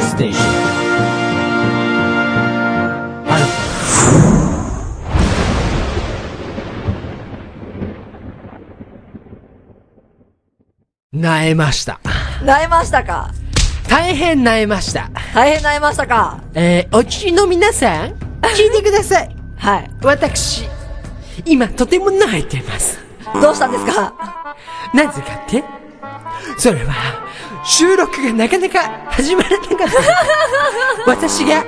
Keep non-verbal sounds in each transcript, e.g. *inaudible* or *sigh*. ステーションなえました。なえましたか大変なえました。大変なえましたかえー、お聞きの皆さん、聞いてください。はい。私、今とても泣いてます。どうしたんですかなぜかってそれは、収録がなかなか始まらなかった。 *laughs* 私が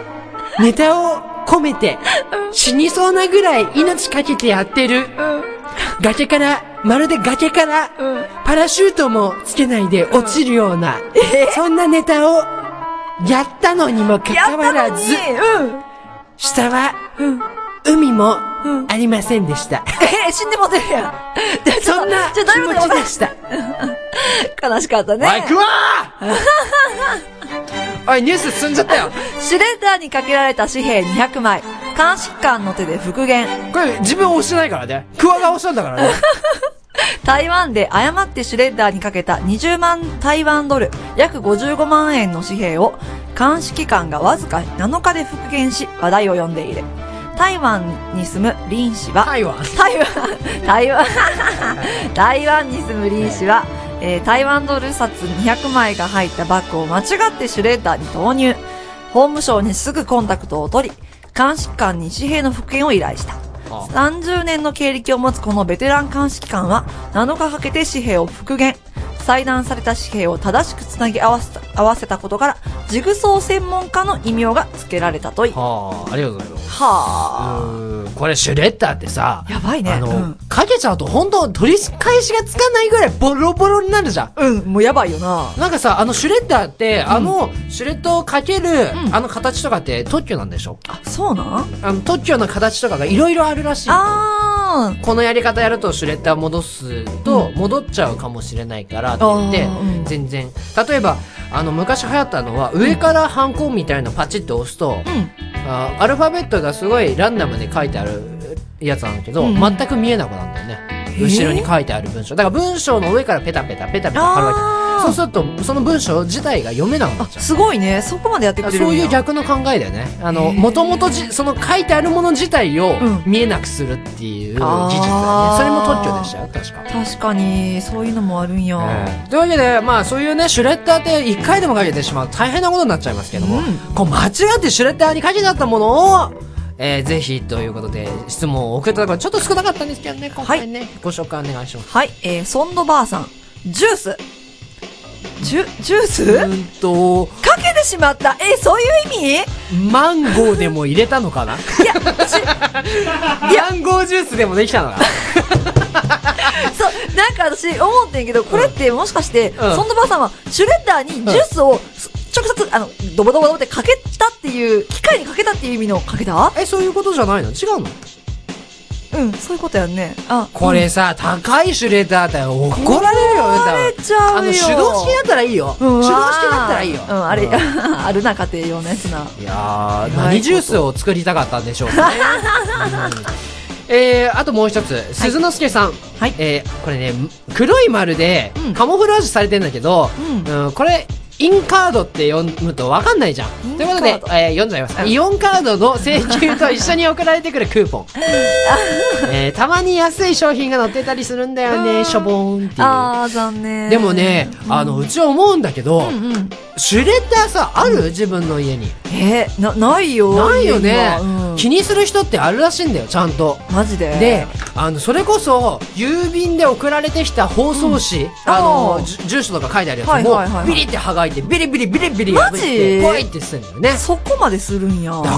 ネタを込めて死にそうなぐらい命かけてやってる。崖から、まるで崖から、パラシュートもつけないで落ちるような、そんなネタをやったのにもかやかっわたらのにず、うん。下は、海もありませんでした。えー、死んでも出るやん。そんな気 *laughs* ちょっと待って持ちでした。悲しかったね。おい、食わーおい、ニュース進んじゃったよ。シュレッダーにかけられた紙幣200枚。監視官の手で復元。これ、自分押してないからね。クワが押したんだからね。台湾で誤ってシュレッダーにかけた20万台湾ドル、約55万円の紙幣を、鑑識官がわずか7日で復元し、話題を呼んでいる。台湾に住む林氏は、台湾。台湾、台湾、 *laughs* 台湾に住む林氏は、えー台湾ドル札200枚が入ったバッグを間違ってシュレッダーに投入。法務省にすぐコンタクトを取り、鑑識官に紙幣の復元を依頼した。あ30年の経歴を持つこのベテラン鑑識官は、7日かけて紙幣を復元。裁断された紙幣を正しくつなぎ合わせた合わせたことから、ジグソー専門家の異名が付けられたといははあ、ありがとうございます。あ。うーんこれシュレッダーってさ、やばいねあの、うんかけちゃうと本当取り返しがつかないぐらいボロボロになるじゃん。うん、もうやばいよな。なんかさ、あのシュレッダーって、あの、シュレッドをかける、あの形とかって特許なんでしょあ、そうなんあの、特許の形とかがいろいろあるらしい。あこのやり方やるとシュレッダー戻すと戻っちゃうかもしれないからって言ってあーうん、全然。例えば、あの、昔流行ったのは、上からハンコみたいのパチッと押すと、んあアルファベットがすごいランダムで書いてあるやつなんだけど、うん全く見えなくなるんだよね。後ろに書いてある文章。だから文章の上からペタペタペタペタ貼るわあーけ。そうすると、その文章自体が読めなくなっちゃう。すごいね。そこまでやってくれるんやそういう逆の考えだよね。あの、もともとじ、その書いてあるもの自体をうん見えなくするっていう技術あーだよね。それも特許でしたよ、確か。確かに、そういうのもあるんや。ええというわけで、まあそういうね、シュレッダーって一回でもかけてしまうと大変なことになっちゃいますけども、うんこう間違ってシュレッダーにかけちゃったものを、えーぜひということで質問を送ったところ、ちょっと少なかったんですけどね、今回ね、ご紹介お願いします。はい、えー、ソンドばあさん。ジュース。ジュ、ジューうスーんと、かけてしまった。えー、そういう意 *laughs* 味マンゴーでも入れたのかな *laughs* マンゴージュースでもできたのかなそう、なんか私思ってんけど、これってもしかして、んソンドばあさんは、シュレッダーにジュースをす、直接、あの、ドボドボドボってかけたっていう、機械にかけたっていう意味のかけたえ、そういうことじゃないの違うのうん、そういうことやんね。あ、これさ、高いシュレッダーだよ。怒られるよ、怒られちゃうよあの、手動式だったらいいよ。手う動わー式だったらいいよ。うん、あれ、い *laughs* あるな、家庭用のやつな。やー、何ジュースを作りたかったんでしょう *laughs* かね。うんえー、あともう一つ、鈴之助さん。はいえー、これね、黒い丸でうん、カモフラージュされてんだけど、ううんこれ、インカードって読むとわかんないじゃん。インといカうこーとドで、えー読んじゃいます。うんイオンカードの請求と一緒に送られてくるクーポ *laughs* ン。えーたまに安い商品が載ってたりするんだよね、しょぼーんっていう。あー、残念。でもね、あの、うちは思うんだけど、うんうん。シュレッダーさ、ある自分の家に。えー、な、ないよ。ないよね家にはうん、気にする人ってあるらしいんだよ、ちゃんと。マジで。で、あの、それこそ、郵便で送られてきた包装紙、ああの、ーじゅ住所とか書いてあるやはついはいはいもは、いビリって剥がいて、ビリビリビリビリ破いて、マジ怖いってするんだよね。そこまでするんや。だか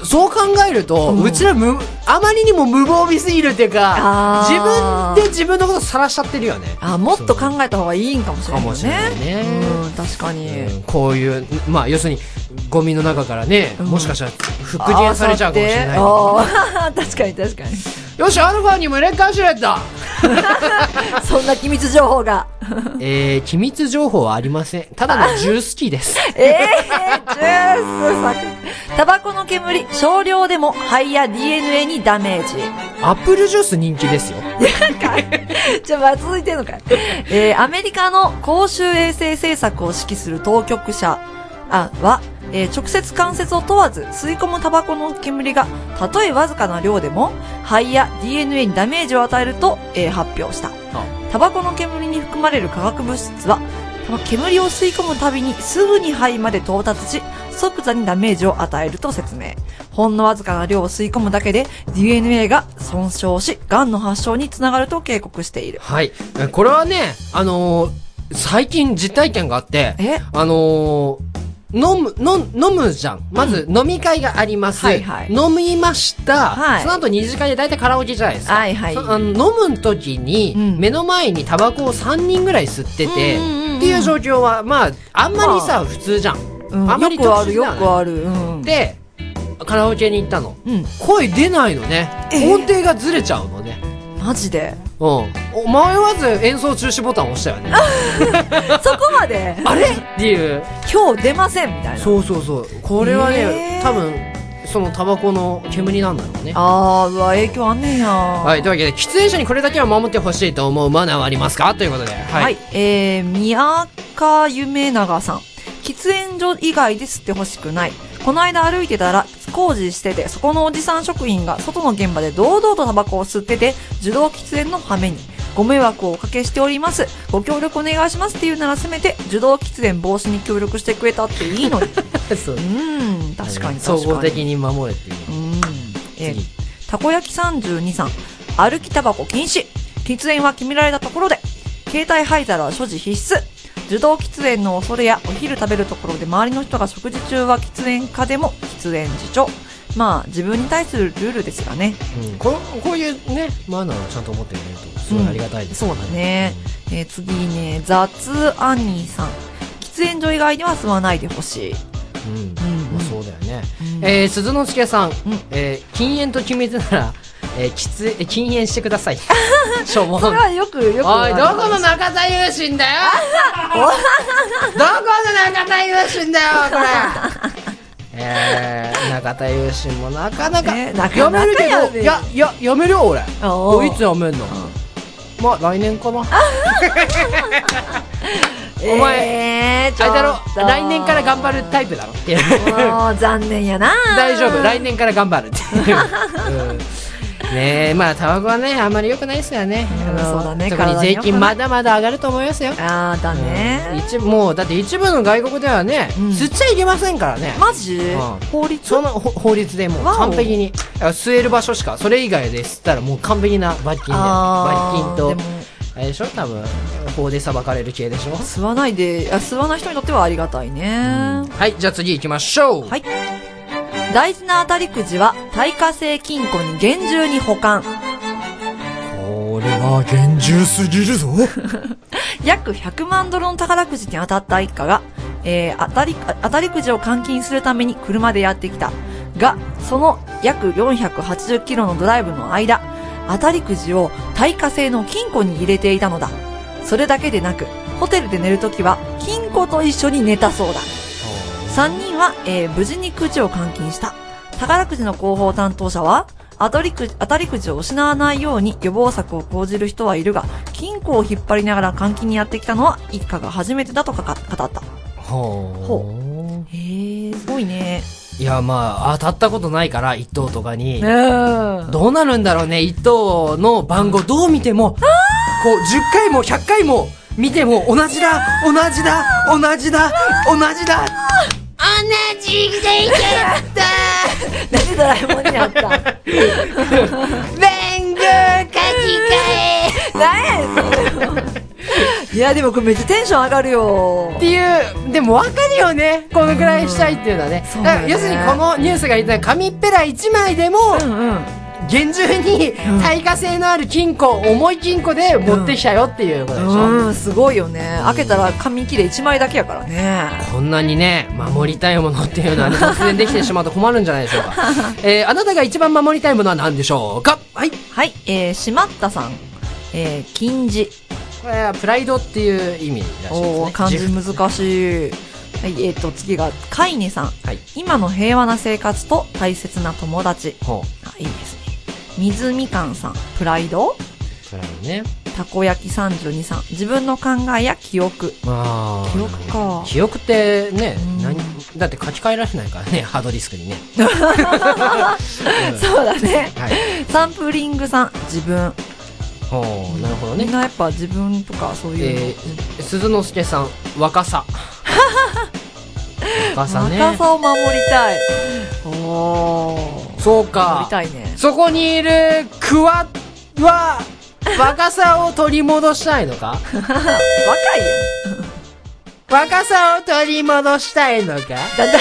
ら、そう考えると、うんうちら無、あまりにも無防備すぎるっていうかあ、自ー分で自分のことさらしちゃってるよね。あ、もっと考えた方がいいんかもしかれないもよしれなね。いね。うん、確かに。うんこういう、まあ、要するに、ゴミの中からね、うんもしかしたら復元されちゃうかもしれない。あよーさてあー *laughs* 確かに確かに。し、アルファにも入れ替えしれたそんな機密情報が。えー、機密情報はありません。ただ *laughs* のジュースキーです。ええー、ジュースさタバコの煙、少量でも肺や DNA にダメージ。アップルジュース人気ですよ。じゃあ、まあ続いてんのかい。えー、アメリカの公衆衛生政策を指揮する当局者あ、は、えー直接関節を問わず吸い込むタバコの煙が、たとえわずかな量でも、肺や DNA にダメージを与えると、えー発表した。タバコの煙に含まれる化学物質は、この煙を吸い込むたびにすぐに肺まで到達し、即座にダメージを与えると説明。ほんのわずかな量を吸い込むだけで DNA が損傷し、癌の発症につながると警告している。はい。えこれはね、あのー最近実体験があって、えあのー飲む、飲む、飲むじゃん。まず、飲み会があります。はいはい飲みました。はいその後二次会で大体カラオケじゃないですか。はいはいそあの飲む時に、うん目の前にタバコを3人ぐらい吸ってて、うんうんうんうんっていう状況は、まあ、あんまりさ、普通じゃん。うん、あんまよりくある特殊よじゃないくある。うん。、で、カラオケに行ったの。うん。声出ないのね。えー音程がずれちゃうのね。マジで。 *laughs* うん。お迷わず演奏中止ボタンを押したよね。そこまであれっていう。今日出ませんみたいな。そうそうそう。これはね、えー多分、そのタバコの煙なんだろうね。あー、うわ、影響あんねんや。は。はいい。というわけで、喫煙者にこれだけは守ってほしいと思うマナーはありますかということで。はい。えー、宮川夢長さん。喫煙所以外で吸ってほしくない。この間歩いてたら、工事してて、そこのおじさん職員が外の現場で堂々とタバコを吸ってて、受動喫煙の羽目に。ご迷惑をおかけしております。ご協力お願いしますっていうならせめて、受動喫煙防止に協力してくれたっていいのに。うそうーん、確かに確かに。総合的に守れっていう。うん。え次ー、たこ焼き32さん、歩きタバコ禁止。喫煙は決められたところで。携帯灰皿は所持必須。受動喫煙の恐れやお昼食べるところで周りの人が食事中は喫煙家でも喫煙自重。まあ、自分に対するルールですがね。うんここういうね、マナーをちゃんと持ってくれると、すごいありがたいです。そうだね。えー次ね、雑アニーさん。喫煙所以外では吸わないでほしい。うん。うん。んまあそうだよね。うんえー、鈴之助さん、んえー禁煙と決めてなら、えー、喫煙えー、禁煙してくだ *laughs* さい。しょうもそれない。はよく、よくおい、ある。どこの中田優心だよどこの中田優心だよ、これ *laughs* えー、中田優心もなかなか、ねなかなかやめるけやど、でいや、いや、やめるよ、俺。おうおいつやめんのまあ、来年かな。お前えー、ちあょれっとだろ、来年から頑張るタイプだろっていう。もう残念やな大丈夫来年から頑張るって *laughs* いう、うんねえまあタバコはねあんまり良くないですよね,、うんあのそうだね特に体に税良くない金まだまだ上がると思いますよ、ああだうんね、一もうだって一部の外国ではね、うん吸っちゃいけませんからね、マジ、うん法律そのほ法律でもうわお完璧に吸える場所しかそれ以外で吸ったらもう完璧な罰金であー罰金とでもあれでしょ多分法で裁かれる系でしょ吸わないであ吸わない人にとってはありがたいね、はいじゃあ次行きましょう、はい大事な当たりくじは耐火性金庫に厳重に保管これは厳重すぎるぞ約100万ドルの宝くじに当たった一家が、えー当たり、当たりくじを換金するために車でやってきた。が、その約480キロのドライブの間、当たりくじを耐火製の金庫に入れていたのだ。それだけでなく、ホテルで寝るときは金庫と一緒に寝たそうだ。3人は、えー無事にくじを換金した。宝くじの広報担当者は、当たりくじ、当たりくじを失わないように予防策を講じる人はいるが、金庫を引っ張りながら換金にやってきたのは一家が初めてだとかか語った。ほうへえ、すごいね。いや、まあ、当たったことないから、一等とかにう。ん。どうなるんだろうね、一等の番号どう見ても、こう、10回も100回も見ても、同じだ、同じだ、同じだ、同じだ。なんでドラえもんになったなん *laughs* や弁護それいや、でもこれめっちゃテンション上がるよっ。ていう、でもわかるよね。このくらいしたいっていうのはね。そうだねだから要するにこのニュースが言った紙っぺら1枚でも、うんうん。厳重に耐火性のある金庫、重い金庫で持ってきたよっていうことでしょ。うん、すごいよね。開けたら紙切れ1枚だけやからね。こんなにね、守りたいものっていうのはね、突然できてしまうと困るんじゃないでしょう *laughs* か。えー、あなたが一番守りたいものは何でしょうかはい。こはい、えー、しまったさん。えー、禁止。れはプライドっていう意味らしいですおね。ー、漢字自負難しい。はい、えっ、と、次が、カイネさん。はい。今の平和な生活と大切な友達。ほう。あ、いいですね。水みかんさん。プライドプライドね。たこ焼き32さん。自分の考えや記憶。あー記憶か。記憶ってねうん、何、だって書き換えられないからね、ハードディスクに *laughs* ね。そうだね。はい。サンプリングさん。自分。ほう、なるほどみねん。なやっぱ自分とかそういうの。えー、鈴之助さん、若 *laughs* さ。若さね。若さを守りたい。おー。そう守かり。たいね。そこにいるクワは、若さを取り戻したいの *laughs* か若いよ。若さを取り戻したいのかだ、だ、なんやねん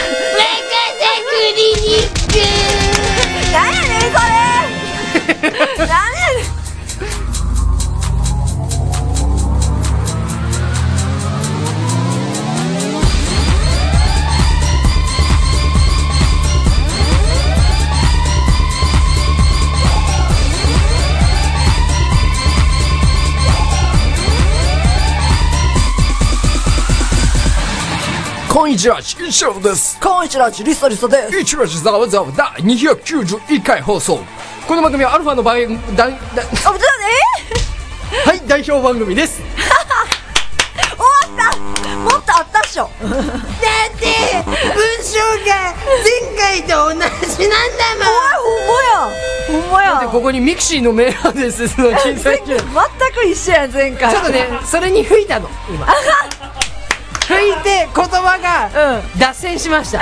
*laughs* それなんやねん今一ラジ以上です今一ラジリストリストです一ラジザワザワ第291回放送この番組はアルファの番組、だ、だ、 *laughs* あ、じゃあ、はい、代表番組です。え終わったもっとあったっしょ終わて文章が前回と同じなんだもんほんまやほんまやここにミクシーのメーラーです、その金前 *laughs* さん回全く一緒やん前回ちょっとね、それに吹いたの、 *laughs* 今。吹いて言葉がう脱線しました。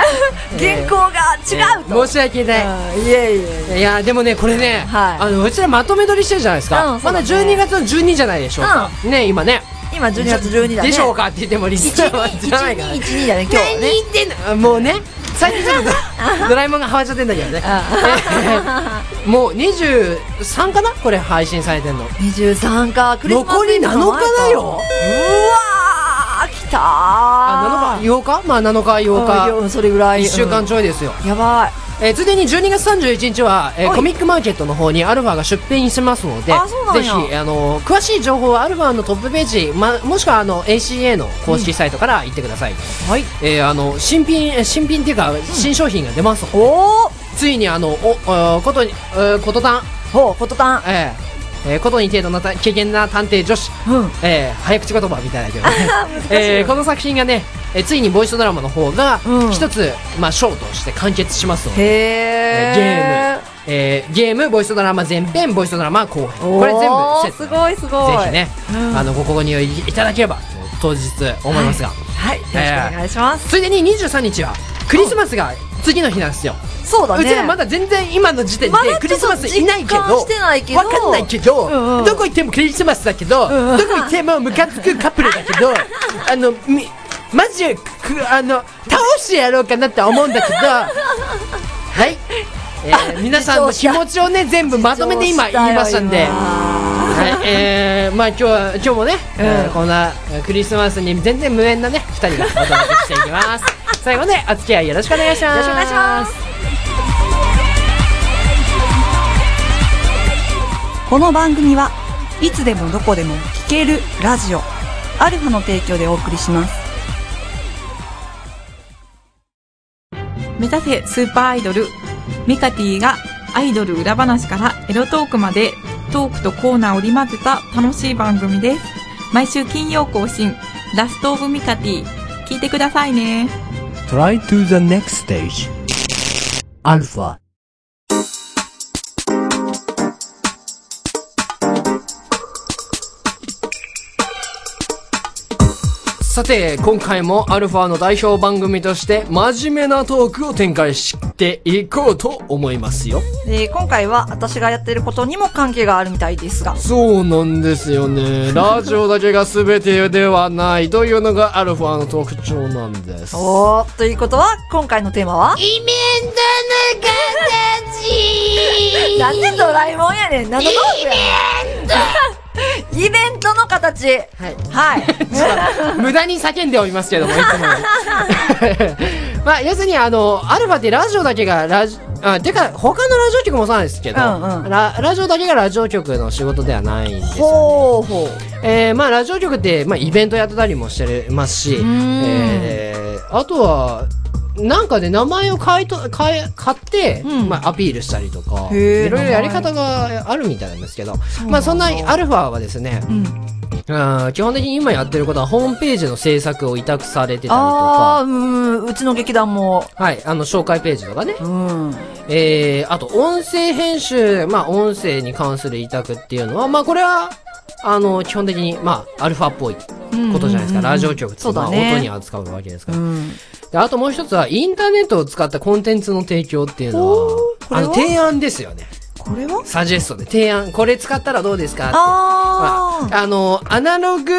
*laughs* ん原稿が違うと、申し訳ない。うんいえいえいや、でもね、これね、はいあの、うちらまとめ撮りしてるじゃないですか。うんそまだうだね12月の12じゃないでしょうか。ね、今ね。今12月12だねでしょうかって言ってもリスナーは知らないから。 1212だね今日はね何言ってんのもうね、最近ち *laughs* ょっとドラえもんがハマっちゃってんだけどね。 *laughs* もう23かなこれ配信されてんの。 23かクリスマス残り7日だようわー来たーあ、7日 ?8 日まあ7日、う8んそれぐら日。い1週間ちょいですよ。うんやばえーついでに12月31日は、えーはいコミックマーケットの方にアルファが出品しますのであそうなんやぜひ、あのー詳しい情報はアルファのトップページ、ま、もしくはあの ACA の公式サイトから行ってください、いはいえーあの新品えー新品っていうか、新商品が出ますのでおおついにあのおおことにえーことたんほうことたんえーえーことに程度のた危険な探偵女子、うんえー早口言葉みたいだけどね、えーこの作品がね、えーついにボイスドラマの方がうん一つ、まあ、賞として完結しますのでへえーゲーム、ええーゲームボイスドラマ前編ボイスドラマ後編おーこれ全部セットすごいすごいぜひね、うんあのご購入いただければと当日思いますが、はいよろしくお願いします、ついでに23日はクリスマスが次の日なんですよ、そうだうねちらまだ全然今の時点まだちょでっとクリスマスいないけど実感してないけどわかんないけど、うんうんどこ行ってもクリスマスだけど、んうんどこ行ってもムカつくカップルだ *laughs* けどあのみマジでくあの倒してやろうかなって思うん *laughs* だけどはい、えー皆さんの気持ちをね全部まとめて今言いましたんで。はい、えー、まあ今日は今日もね、えーこんなえークリスマスに全然無縁なね二人がお届けしていき *laughs* ます。最後までお付き合いよろしくお願いします。よろしくお願いしますこの番組はいつでもどこでも聞けるラジオアルファの提供でお送りします目指せスーパーアイドルミカティがアイドル裏話からエロトークまでトークとコーナーを織り交ぜた楽しい番組です毎週金曜更新ラストオブミカティ聞いてくださいね Try to the next stage. Alpha. さて今回もアルファの代表番組として真面目なトークを展開していこうと思いますよ。えー今回は私がやってることにも関係があるみたいですがそうなんですよ *laughs* ね。ラジオだけが全てではないというのがアルファの特徴なんです。おーということは今回のテーマはイベントのな形んでドラえもんやねん何のトークやねんイベントの形はい、 *laughs* 無駄に叫んでおりますけども、いつもより *laughs* まあ、要するに、あの、アルファってラジオだけがラジ、あ、てか、他のラジオ局もそうなんですけど、うんうんラ、ラジオだけがラジオ局の仕事ではないんですよ、ほうほうえーまあ、ラジオ局って、まあ、イベントやってたりもしてますし、えーあとは、なんかね、名前を買いと、買え、買って、うんまあ、アピールしたりとか、へーいろいろやり方があるみたいなんですけど、まあ、そんなアルファはですね、うん。うん、基本的に今やってることは、ホームページの制作を委託されてたりとああ、か、うん、うちの劇団も。はい、あの、紹介ページとかね、うん。えー、あと、音声編集、まあ、音声に関する委託っていうのは、まあ、これは、あの、基本的に、まあ、アルファっぽいことじゃないですか。ラジオ局って、そうだまあ、ね音に扱うわけですからう。ん。で、あともう一つは、インターネットを使ったコンテンツの提供っていうのは、これあはの、提案ですよね。これはサジェストで、提案、これ使ったらどうですかってああ。あの、アナログ、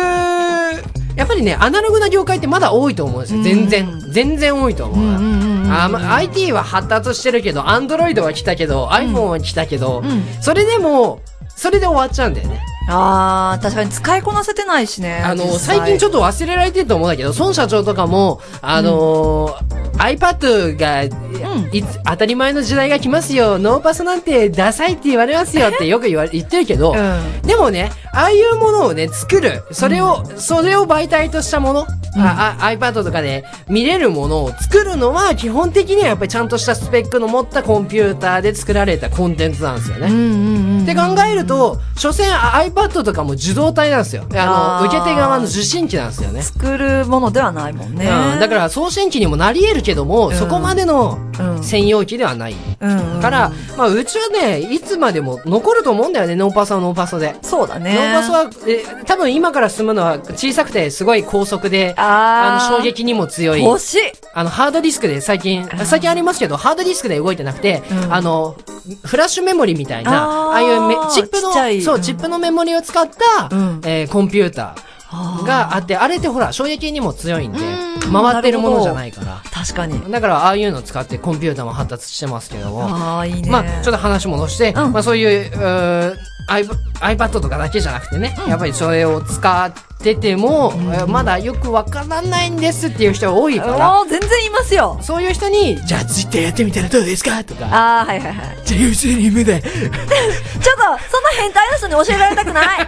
やっぱりね、アナログな業界ってまだ多いと思うんですよ。全然。全然多いと思うな。あま IT は発達してるけど、アンドロイドは来たけど、iPhone は来たけど、それでも、それで終わっちゃうんだよね。ああ、確かに使いこなせてないしね。あの、最近ちょっょっと忘れられてると思うんだけど、孫社長とかも、あのー iPad が、いつ、当たり前の時代が来ますよ、ノーパスなんてダサいって言われますよってよく言われ、言ってるけど、うでもね、ああいうものをね、作る、それを、それを媒体としたもの、ああ iPad とかで見れるものを作るのは、基本的にはやっぱりちゃんとしたスペックの持ったコンピューターで作られたコンテンツなんですよね。って考えると、所詮あ iPad とかも受動体なんですよ。ああーの、受け手側の受信機なんですよね。作るものではないもんね。うん、だから送信機にもなり得るけども、うんそこまでのうん専用機ではない。うんうんから、まあ、うちはね、いつまでも残ると思うんだよね、ノーパスはノーパスで。そうだね。ノーパスは、え多分今から進むのは小さくてすごい高速で、あーの、衝撃にも強い。欲しい。あの、ハードディスクで最近、最近ありますけど、ハードディスクで動いてなくて、あの、フラッシュメモリみたいな、あーああいうめチップちっちゃいの、そうう、んチップのメモリを使ったうん、えーコンピューターがあって、あれってほら、衝撃にも強いんで、うん回ってるものじゃないから。確かに。だから、ああいうの使ってコンピューターも発達してますけども。ああ、いいね。まあ、ちょっと話戻して、んまあそういう、うー iP- iPad とかだけじゃなくてね、やっぱりそれを使ってても、えーまだよくわからないんですっていう人が多いから、おー全然いますよ。そういう人に、じゃあツイッターやってみたらどうですかとか、ああ、はいはいはい。じゃあ YouTreme で、ちょっと、そんな変態の人に教えられた *laughs* くない。や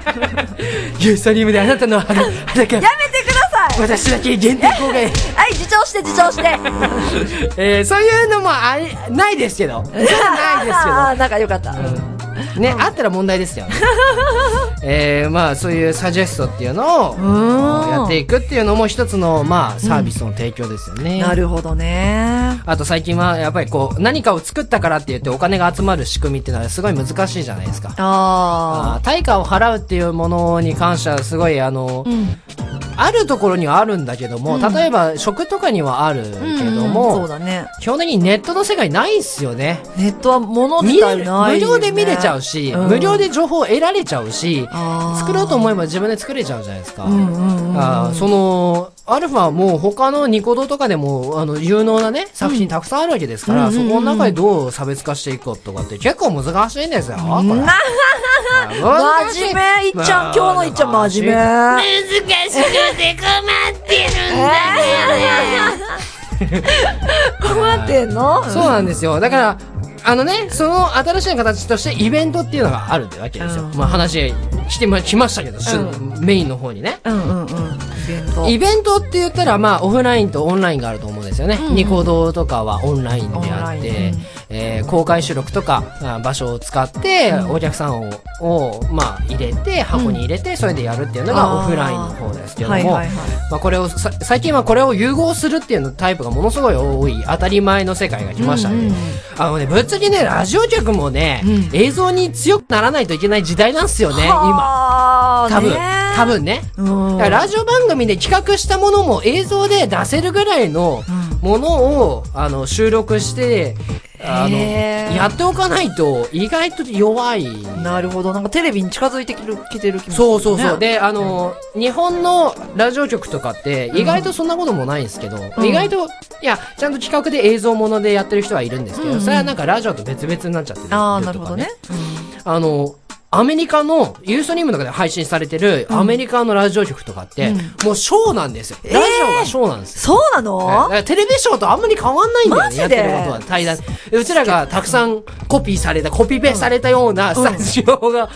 YouTreme であなたの肌裸、めてください。私だけ限定公開。はい、自重して自重して。えー、そういうのもあり、ないですけど。ないですああ、なんかよかった。けど。ね、あったら問題ですよね。えー、まあそういうサジェストっていうのを、やっていくっていうのも一つの、まあサービスの提供ですよね。なるほどね。あと最近はやっぱりこう何かを作ったからって言ってお金が集まる仕組みっていうのはすごい難しいじゃないですか。ああー対価を払うっていうものに関してはすごいあの、んあるところにはあるんだけども、例えば食とかにはあるけあ。うんどそもう、だね。基本的にネットの世界ないっすよね。ネットは物見自れ体るない、無料で見れちゃうし、うん無料で情報を得られちゃうし、あー作ろうと思えば自分で作れちゃうじゃないですか。あーその、アルファはもう他のニコ動とかでも、あの、有能なね、作品たくさんあるわけですから、そこの中でどう差別化していくかとかって結構難しいんですよ。これ *laughs* 真面目、いっちゃん、今日のいっちゃん真面目。難しくて困ってるんだよね。困ってんのそうなんですよ。だから、あのね、その新しい形としてイベントっていうのがあるってわけですよ。まあ話してま、来ましたけど、しゅメインの方にね。うんうんうん。イベント。イベントって言ったら、まあ、オフラインとオンラインがあると思うんですよね。ニコ動とかはオンラインであオンライっンて、えー公開収録とか、あ場所を使って、お客さんを、をまあ、入れて、箱に入れて、それでやるっていうのがあーオフラインの方ですけども、はいはいはいまあ、これをさ、最近はこれを融合するっていうのタイプがものすごい多い、当たり前の世界が来ましたね。あのね、ぶっつけね、ラジオ局もね、映像に強くならないといけない時代なんですよね、今。今多分、多分ね。だからラジオ番組で企画したものも映像で出せるぐらいのものを、あの収録してあのへーやっておかないと意外と弱い。なるほど。なんかテレビに近づいてきるきてる気もするねそうそうそう。で、あの、日本のラジオ局とかって、意外とそんなこともないんですけど、ん意外と、いや、ちゃんと企画で映像ものでやってる人はいるんですけど、それはなんかラジオと別々になっちゃってる。ああ、なるほどね。。あの、アメリカの、ユーストリームとかで配信されてる、アメリカのラジオ局とかって、もうショーなんですよ。ラジオがショーなんですよそうだなのからテレビショーとあんまり変わんないんだよマね。ジやっでてることは対談。うちらがたくさんコピーされた、コピペされたようなスタジオが、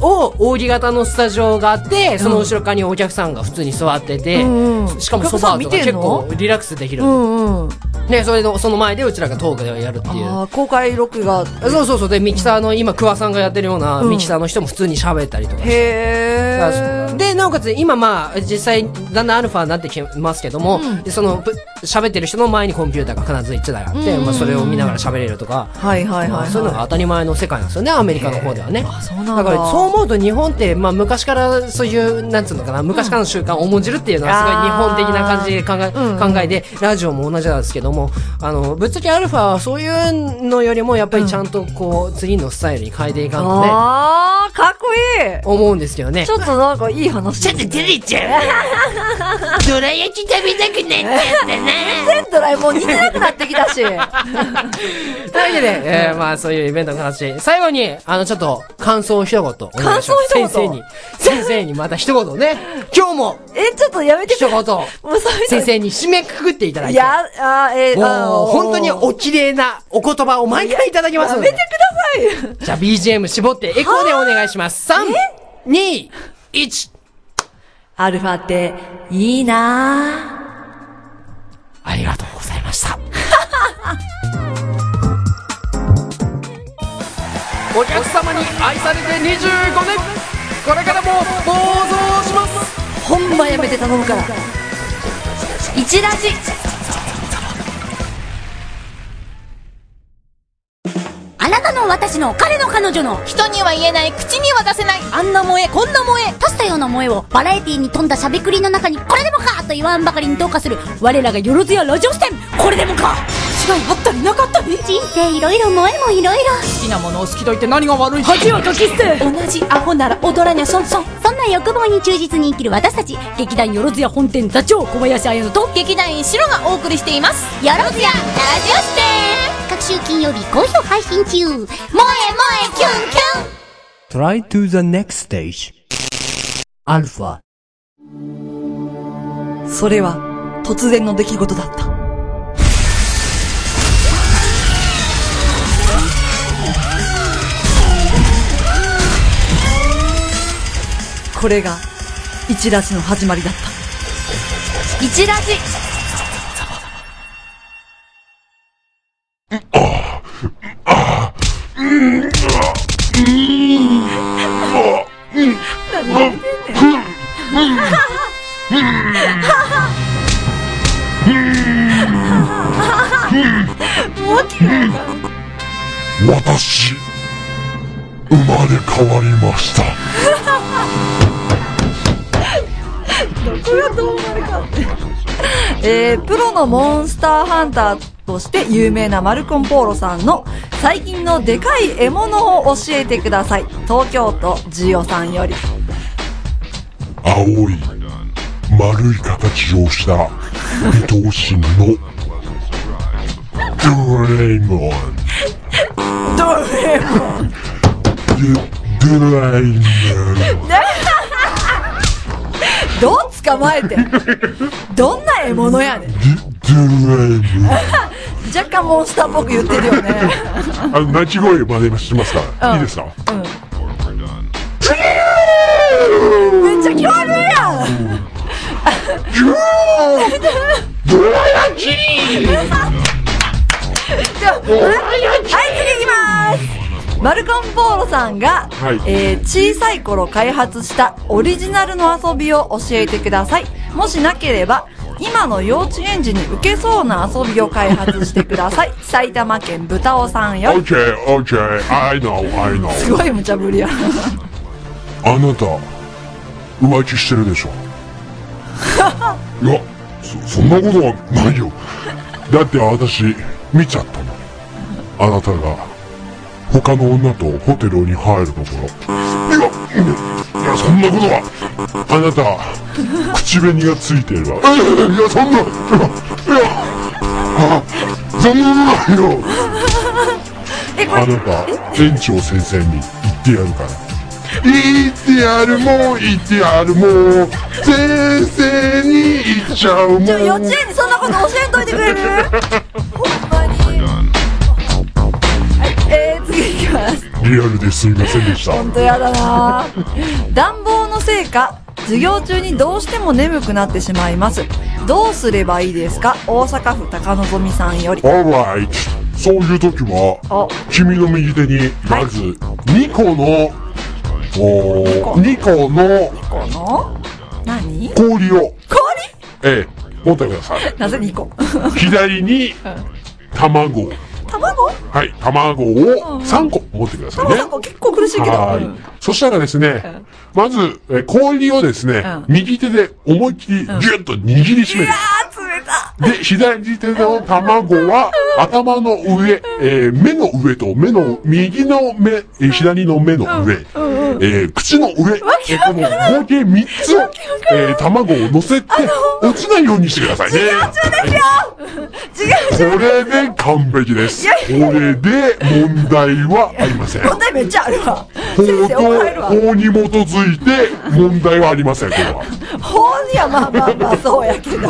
を、扇形のスタジオがあって、その後ろ側にお客さんが普通に座ってて、うんうんしかもソファーとかお客さん見て結んの構リラックスできる。うんうん。で、それで、その前でうちらがトークでやるっていう。あー公開録画。そうそうそう。で、ミキサーの、今、桑さんがやってるような、ミキサーの人も普通に喋ったりとかして。へー。で、なおかつ、今まあ、実際、だんだんアルファになってきますけども、でその、ぶ喋ってる人の前にコンピューターが必ず一台あって、まあ、それを見ながら喋れるとか、はいはいまはあい。そういうのが当たり前の世界なんですよね、アメリカの方ではね。そうなんだから、そう思うと日本って、まあ、昔からそういう、なんつうのかな、昔からの習慣を重んじるっていうのは、すごい日本的な感じで考え、考えで、ラジオも同じなんですけども、あの、ぶっちゃけアルファはそういうのよりも、やっぱりちゃんとこう、次のスタイルに変えていかんとね、あー、かっこいい思うんですけどねち。ょっとなんかいい話。ちょっと出ていっちゃう。どら焼き食べたくなっちゃったな。ドラえもん似てなくなってきたし。というわけで、えー、まあ、そういうイベントの話。最後に、あの、ちょっと、感想を一言お願いします。先感想一言生に、先生にまた一言 *laughs* ね。今日も、え、ちょっとやめて一くれ。 *laughs* 言、もうそういうの先生に締めくくっていただいいて。や、あー、えー、もうあー本当にお綺麗なお言葉を毎回いただきますやのめでて。くださいよ。じゃあ BGM 絞ってエコーでお願いします。3、2、1。アルファって、いいなありがとうございました。お客様に愛されて25年これからも暴走しますぁほんまやめて頼むから。一ラジ。あなたの私の彼の彼女の人には言えない口には出せないあんな萌えこんな萌え足したような萌えをバラエティに富んだしゃべくりの中にこれでもかと言わんばかりに投下する我らがよろずやラジオ視点これでもか違いあったりなかったり人生いろいろ萌えもいろいろ好きなものを好きと言って何が悪い恥はかき捨て同じアホなら踊らにゃそんそんそんな欲望に忠実に生きる私たち劇団よろずや本店座長小林彩乃と劇団員白がお送りしていますよろずやラジオ視点各週金曜日好評配信中萌え萌えキュンキュン Try to the next stage. Alpha. それは突然の出来事だった。これが一ラジの始まりだった。一ラジ私、生まれ変わりました。えー、プロのモンスターハンターとして有名なマルコン・ポーロさんの最近のでかい獲物を教えてください。東京都ジオさんより。青い、丸い形をした、微頭身の、ドレイモン。ドレイモンドレイモンどう捕まえてん *laughs* どんな獲物やねんドレイモン若干モンスターっぽく言ってるよね。あの、鳴き声までしますから、いいですかめっちゃ気悪いやんドラ焼きはい、次行きますマルコン・ポーロさんが、はいえー小さい頃開発したオリジナルの遊びを教えてください。もしなければ、今の幼稚園児に受けそうな遊びを開発してください。埼玉県豚尾さんより。 !Okay, okay, I know, I know. すごい無茶ぶりや。あなた、浮気してるでしょいや、そ、そんなことはないよ。だって私、見ちゃったの。あなたが、他の女とホテルに入るところ。いや、いや、そんなことは。あなた、口紅がついているわ。いやいやいや、そんな、いや、いや、あそんなことないよ。え、こあれ、なた、園長先生に言ってやるから。言ってやるもん、言ってやるもん。先生に言っちゃうもん。ちょ、幼稚園にそんなこと教えんといてくれるほんまに。はい、えー、次行きます。リアルですいませんでした。本当やだなぁ暖房のせいか授業中にどうしても眠くなってしまいますどうすればいいですか大阪府高望さんより。 Alright そういう時はお、君の右手にまず2個の、お2個のこの何氷を、氷ええ、持ってくださいなぜ2個左に卵を卵はい卵を3個持ってくださいね、卵個結構苦しいけど。はうーんい。そしたらですね、まず、えー氷をですね、ん右手で思いっきりギュッと握りしめる。あー、冷たで、左手の卵は、頭の上、えー目の上と、目の、右の目、えー左の目の上、えー口の上、えーこの合計3つを、えー卵を乗せて、落ちないようにしてくださいね。違うこれで完璧です。これで問題はありません。問題めっちゃあるわ。法先生怒られるとわ。法に基づいて問題はありません、これは。法にはまあまあまあそうやけど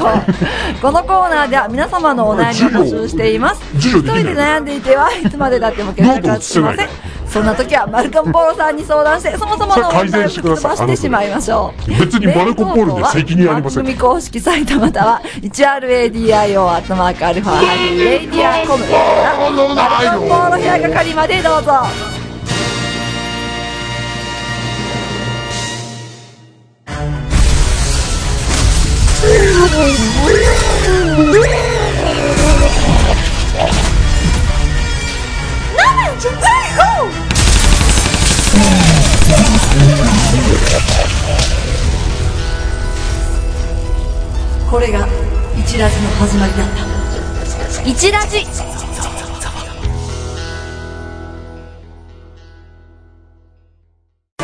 このコーナーでは皆様のお悩みを募集しています一授人業授業できで悩ないんでいてはいつまでだっても結果がつきませノーんトを捨そんな時はマルカンポロさんに相談してそもそものそれ問改題を善して吹きくだ飛さばしいてしまいましょう別にマルコポロに責任ありませんメール投稿は番組公式サイトまたは 1RADIO アットマークアルファハイフンレディアコムそんなことないマルコンポロ部屋係までどうぞこれが一ラジの始まりだった一ラジ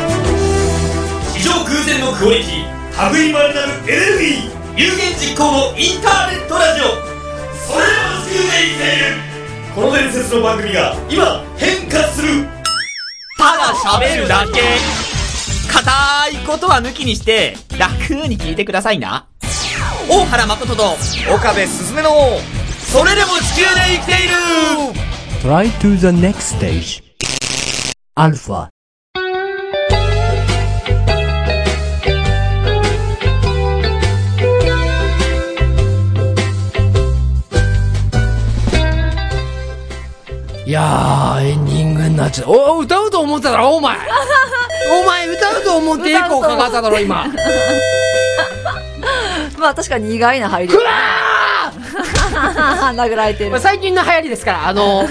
非常空前のクオリティ類いまれなるエネルギー有言実行のインターネットラジオそれらの地球で生きているこの伝説の番組が今変化するただ喋るだけ硬いことは抜きにして楽に聞いてくださいな大原誠と岡部すずめのそれでも地球で生きている Try to the next stage. Alpha. いやー、エンディングになっちゃう。お、歌うと思っただろ、お *laughs* 前。お前、歌うと思ってエコーかかっただろ、 *laughs* 今。まあ確かに意外な入り。くわー殴られてる。まあくわ最近の流行りですから、あの、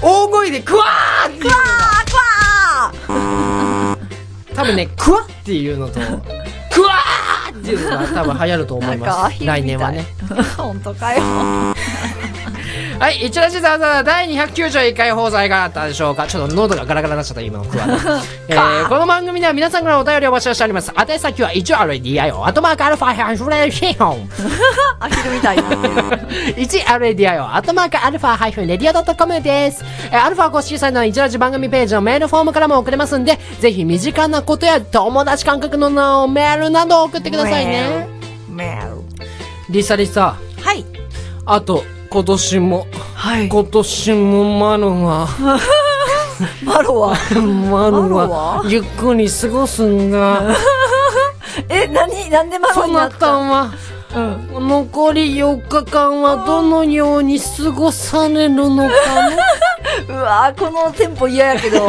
大声で、クワーっていうのがーくわ多分ね、クワっていうのと、クワーっていうのが多分流行ると思いーなんかアまヒす。ルみたい来年はね。。本当かよ。はい、一ラジザーザー第291回放送いかがだったでしょうかちょっと喉がガラガラになっちゃった、今のクワで。 *laughs* えー、この番組では皆さんからお便りを募集しております。宛先は一応 RADIO、アットマークアルファハイフレショ *laughs* ン。アヒルみたいになってる。 1RADIO、アットマークアルファハイフンレディアドットコムです。えー、アルファ公式サイトの一ラジ番組ページのメールフォームからも送れますんで、ぜひ身近なことや友達感覚ののメールなどを送ってくださいね。メール。リサリサ、はい。あと、今年も、はい。今年もマルは、マロは。マルマロはは、ゆっくり過ごすん *laughs* が、え、なに、なんでマロそにななったたのは、うん。残り4日間はどのように過ごされるのかね。うわーこのテンポ嫌や *laughs* けど。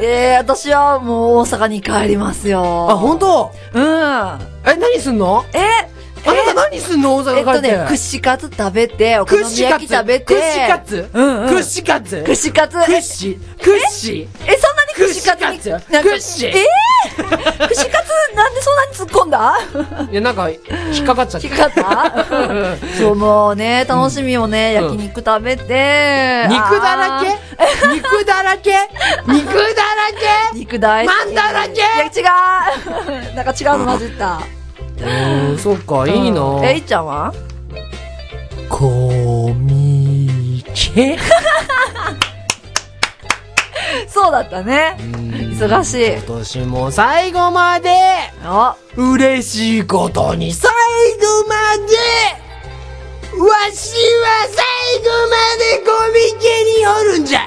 えー、私はもう大阪に帰りますよ。あ、本当うん。え、何すんのえ、あなた何すんの大えっ阪帰とって。ね、串カツ食べて、お好みカ焼ツき食べて。串カツうんうん。串カツ串カツ。え串串え、そんなに串カツに串カツなんか串えー、串カツなんでそんなに突っ込んだいや、なんか、引っかかっちゃっ引た。っか *laughs* かったそう、もうね、楽しみをね、うん焼肉食べて。肉だら *laughs* あけ肉だらけ肉だらー肉大好き。マンだらけいや、違う *laughs* なんか違うの混じった。けうん、そっか、いいなえ、いっちゃんはコミケそうだったね。忙しい。今年も最後まで、あ、嬉しいことに最後まで、わしは最後までコミケにおるんじゃ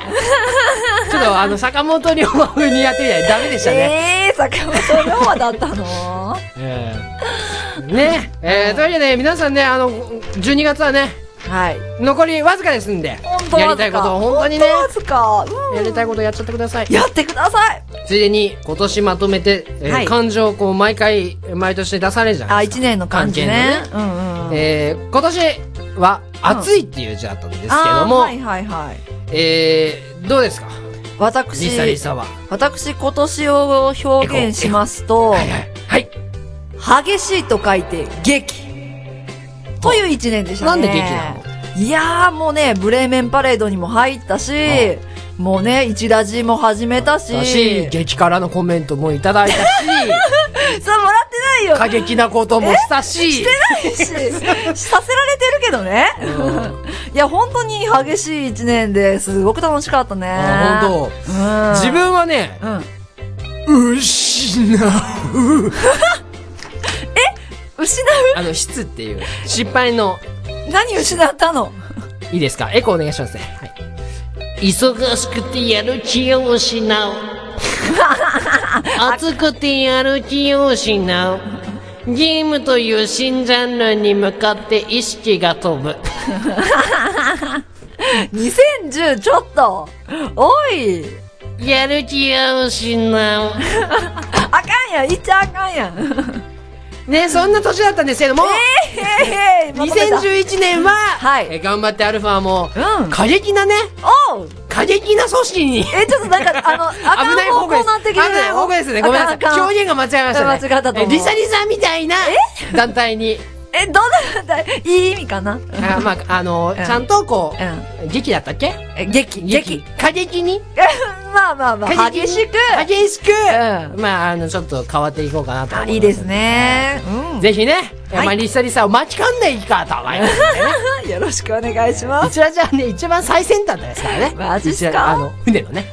*laughs* ちょっとあの、坂本龍馬風にやってみたい。ダメでしたね。えー、坂本龍馬だったの *laughs* ええね、えー、というわけで皆さんねあの12月はねはい残りわずかですんで当わずかやりたいことを本当にね本当わずか、やりたいことやっちゃってくださいやってくださいついでに今年まとめて、えーはい感情をこう毎回毎年出されるじゃあない1年の感じね関係うんうんえー今年は暑いっていう字だったんですけども、あーはいはいはいえーどうですか私リサリサは私今年を表現しますと、激しいと書いて激。という一年でしたなね。んで激ないやーもうね、ブレーメンパレードにも入ったし、もうね、一ラジも始めたし、だし激辛のコメントもいた *laughs* だいたしさ、もらってないよ過激なこともしたえししてないし、させられてるけどね。 *laughs* いや、本当に激しい一年ですごく楽しかったね。あ本当、うん自分はね、失う失あの失っていう失敗のう *laughs* 何失ったのいいですかエコーお願いしますね、はい、忙しくてやる気を *laughs* 失う暑くてやる気を失うゲームという新ジャンルに向かって意識が飛ぶ2010ちょっとおいやる気を失うあかんやん言っちゃあかんやんねそんな年だったんですけども、えへへまとめた2011年は、はいえ頑張ってアルファも、うん過激なねおう過激な組織にえちょっとなんかあのあか *laughs* 危ないん方方向で向すなってきてるよ危ない方向ですねごめんなさあかあいか表現が間違えましたね間違ったと思うえリサリサみたいな団体にえどうなんだいい意味かなあまああのうんちゃんとこうう劇だったっけん激激過激に *laughs* まあまあまあ過激に激しく激しくうまああのちょっと変わっていこうかなと思あいますいいですねぜひねえはいまあリサリサを巻き込んでいくかと思います *laughs* んでねうんよろしくお願いしまこすちらじゃあね一番最先端ですからねマジっすか一覧あの船のね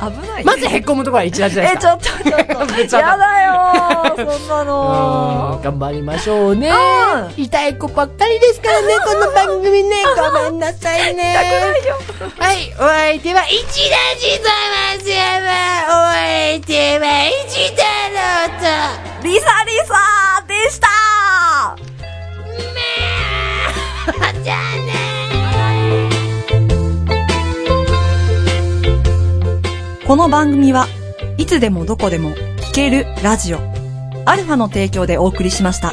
危ないまずへっこむところは一覧じゃないえですちかょっとちょっぶ *laughs* ちと当たやるだよそんなのうん頑張りましょうねう痛い子ばっかりですからねこの番組ねごめんなさいねはいお相手は一ラジざますお相手は一太郎とリサリサでしたこの番組はいつでもどこでも聞けるラジオアルファの提供でお送りしました。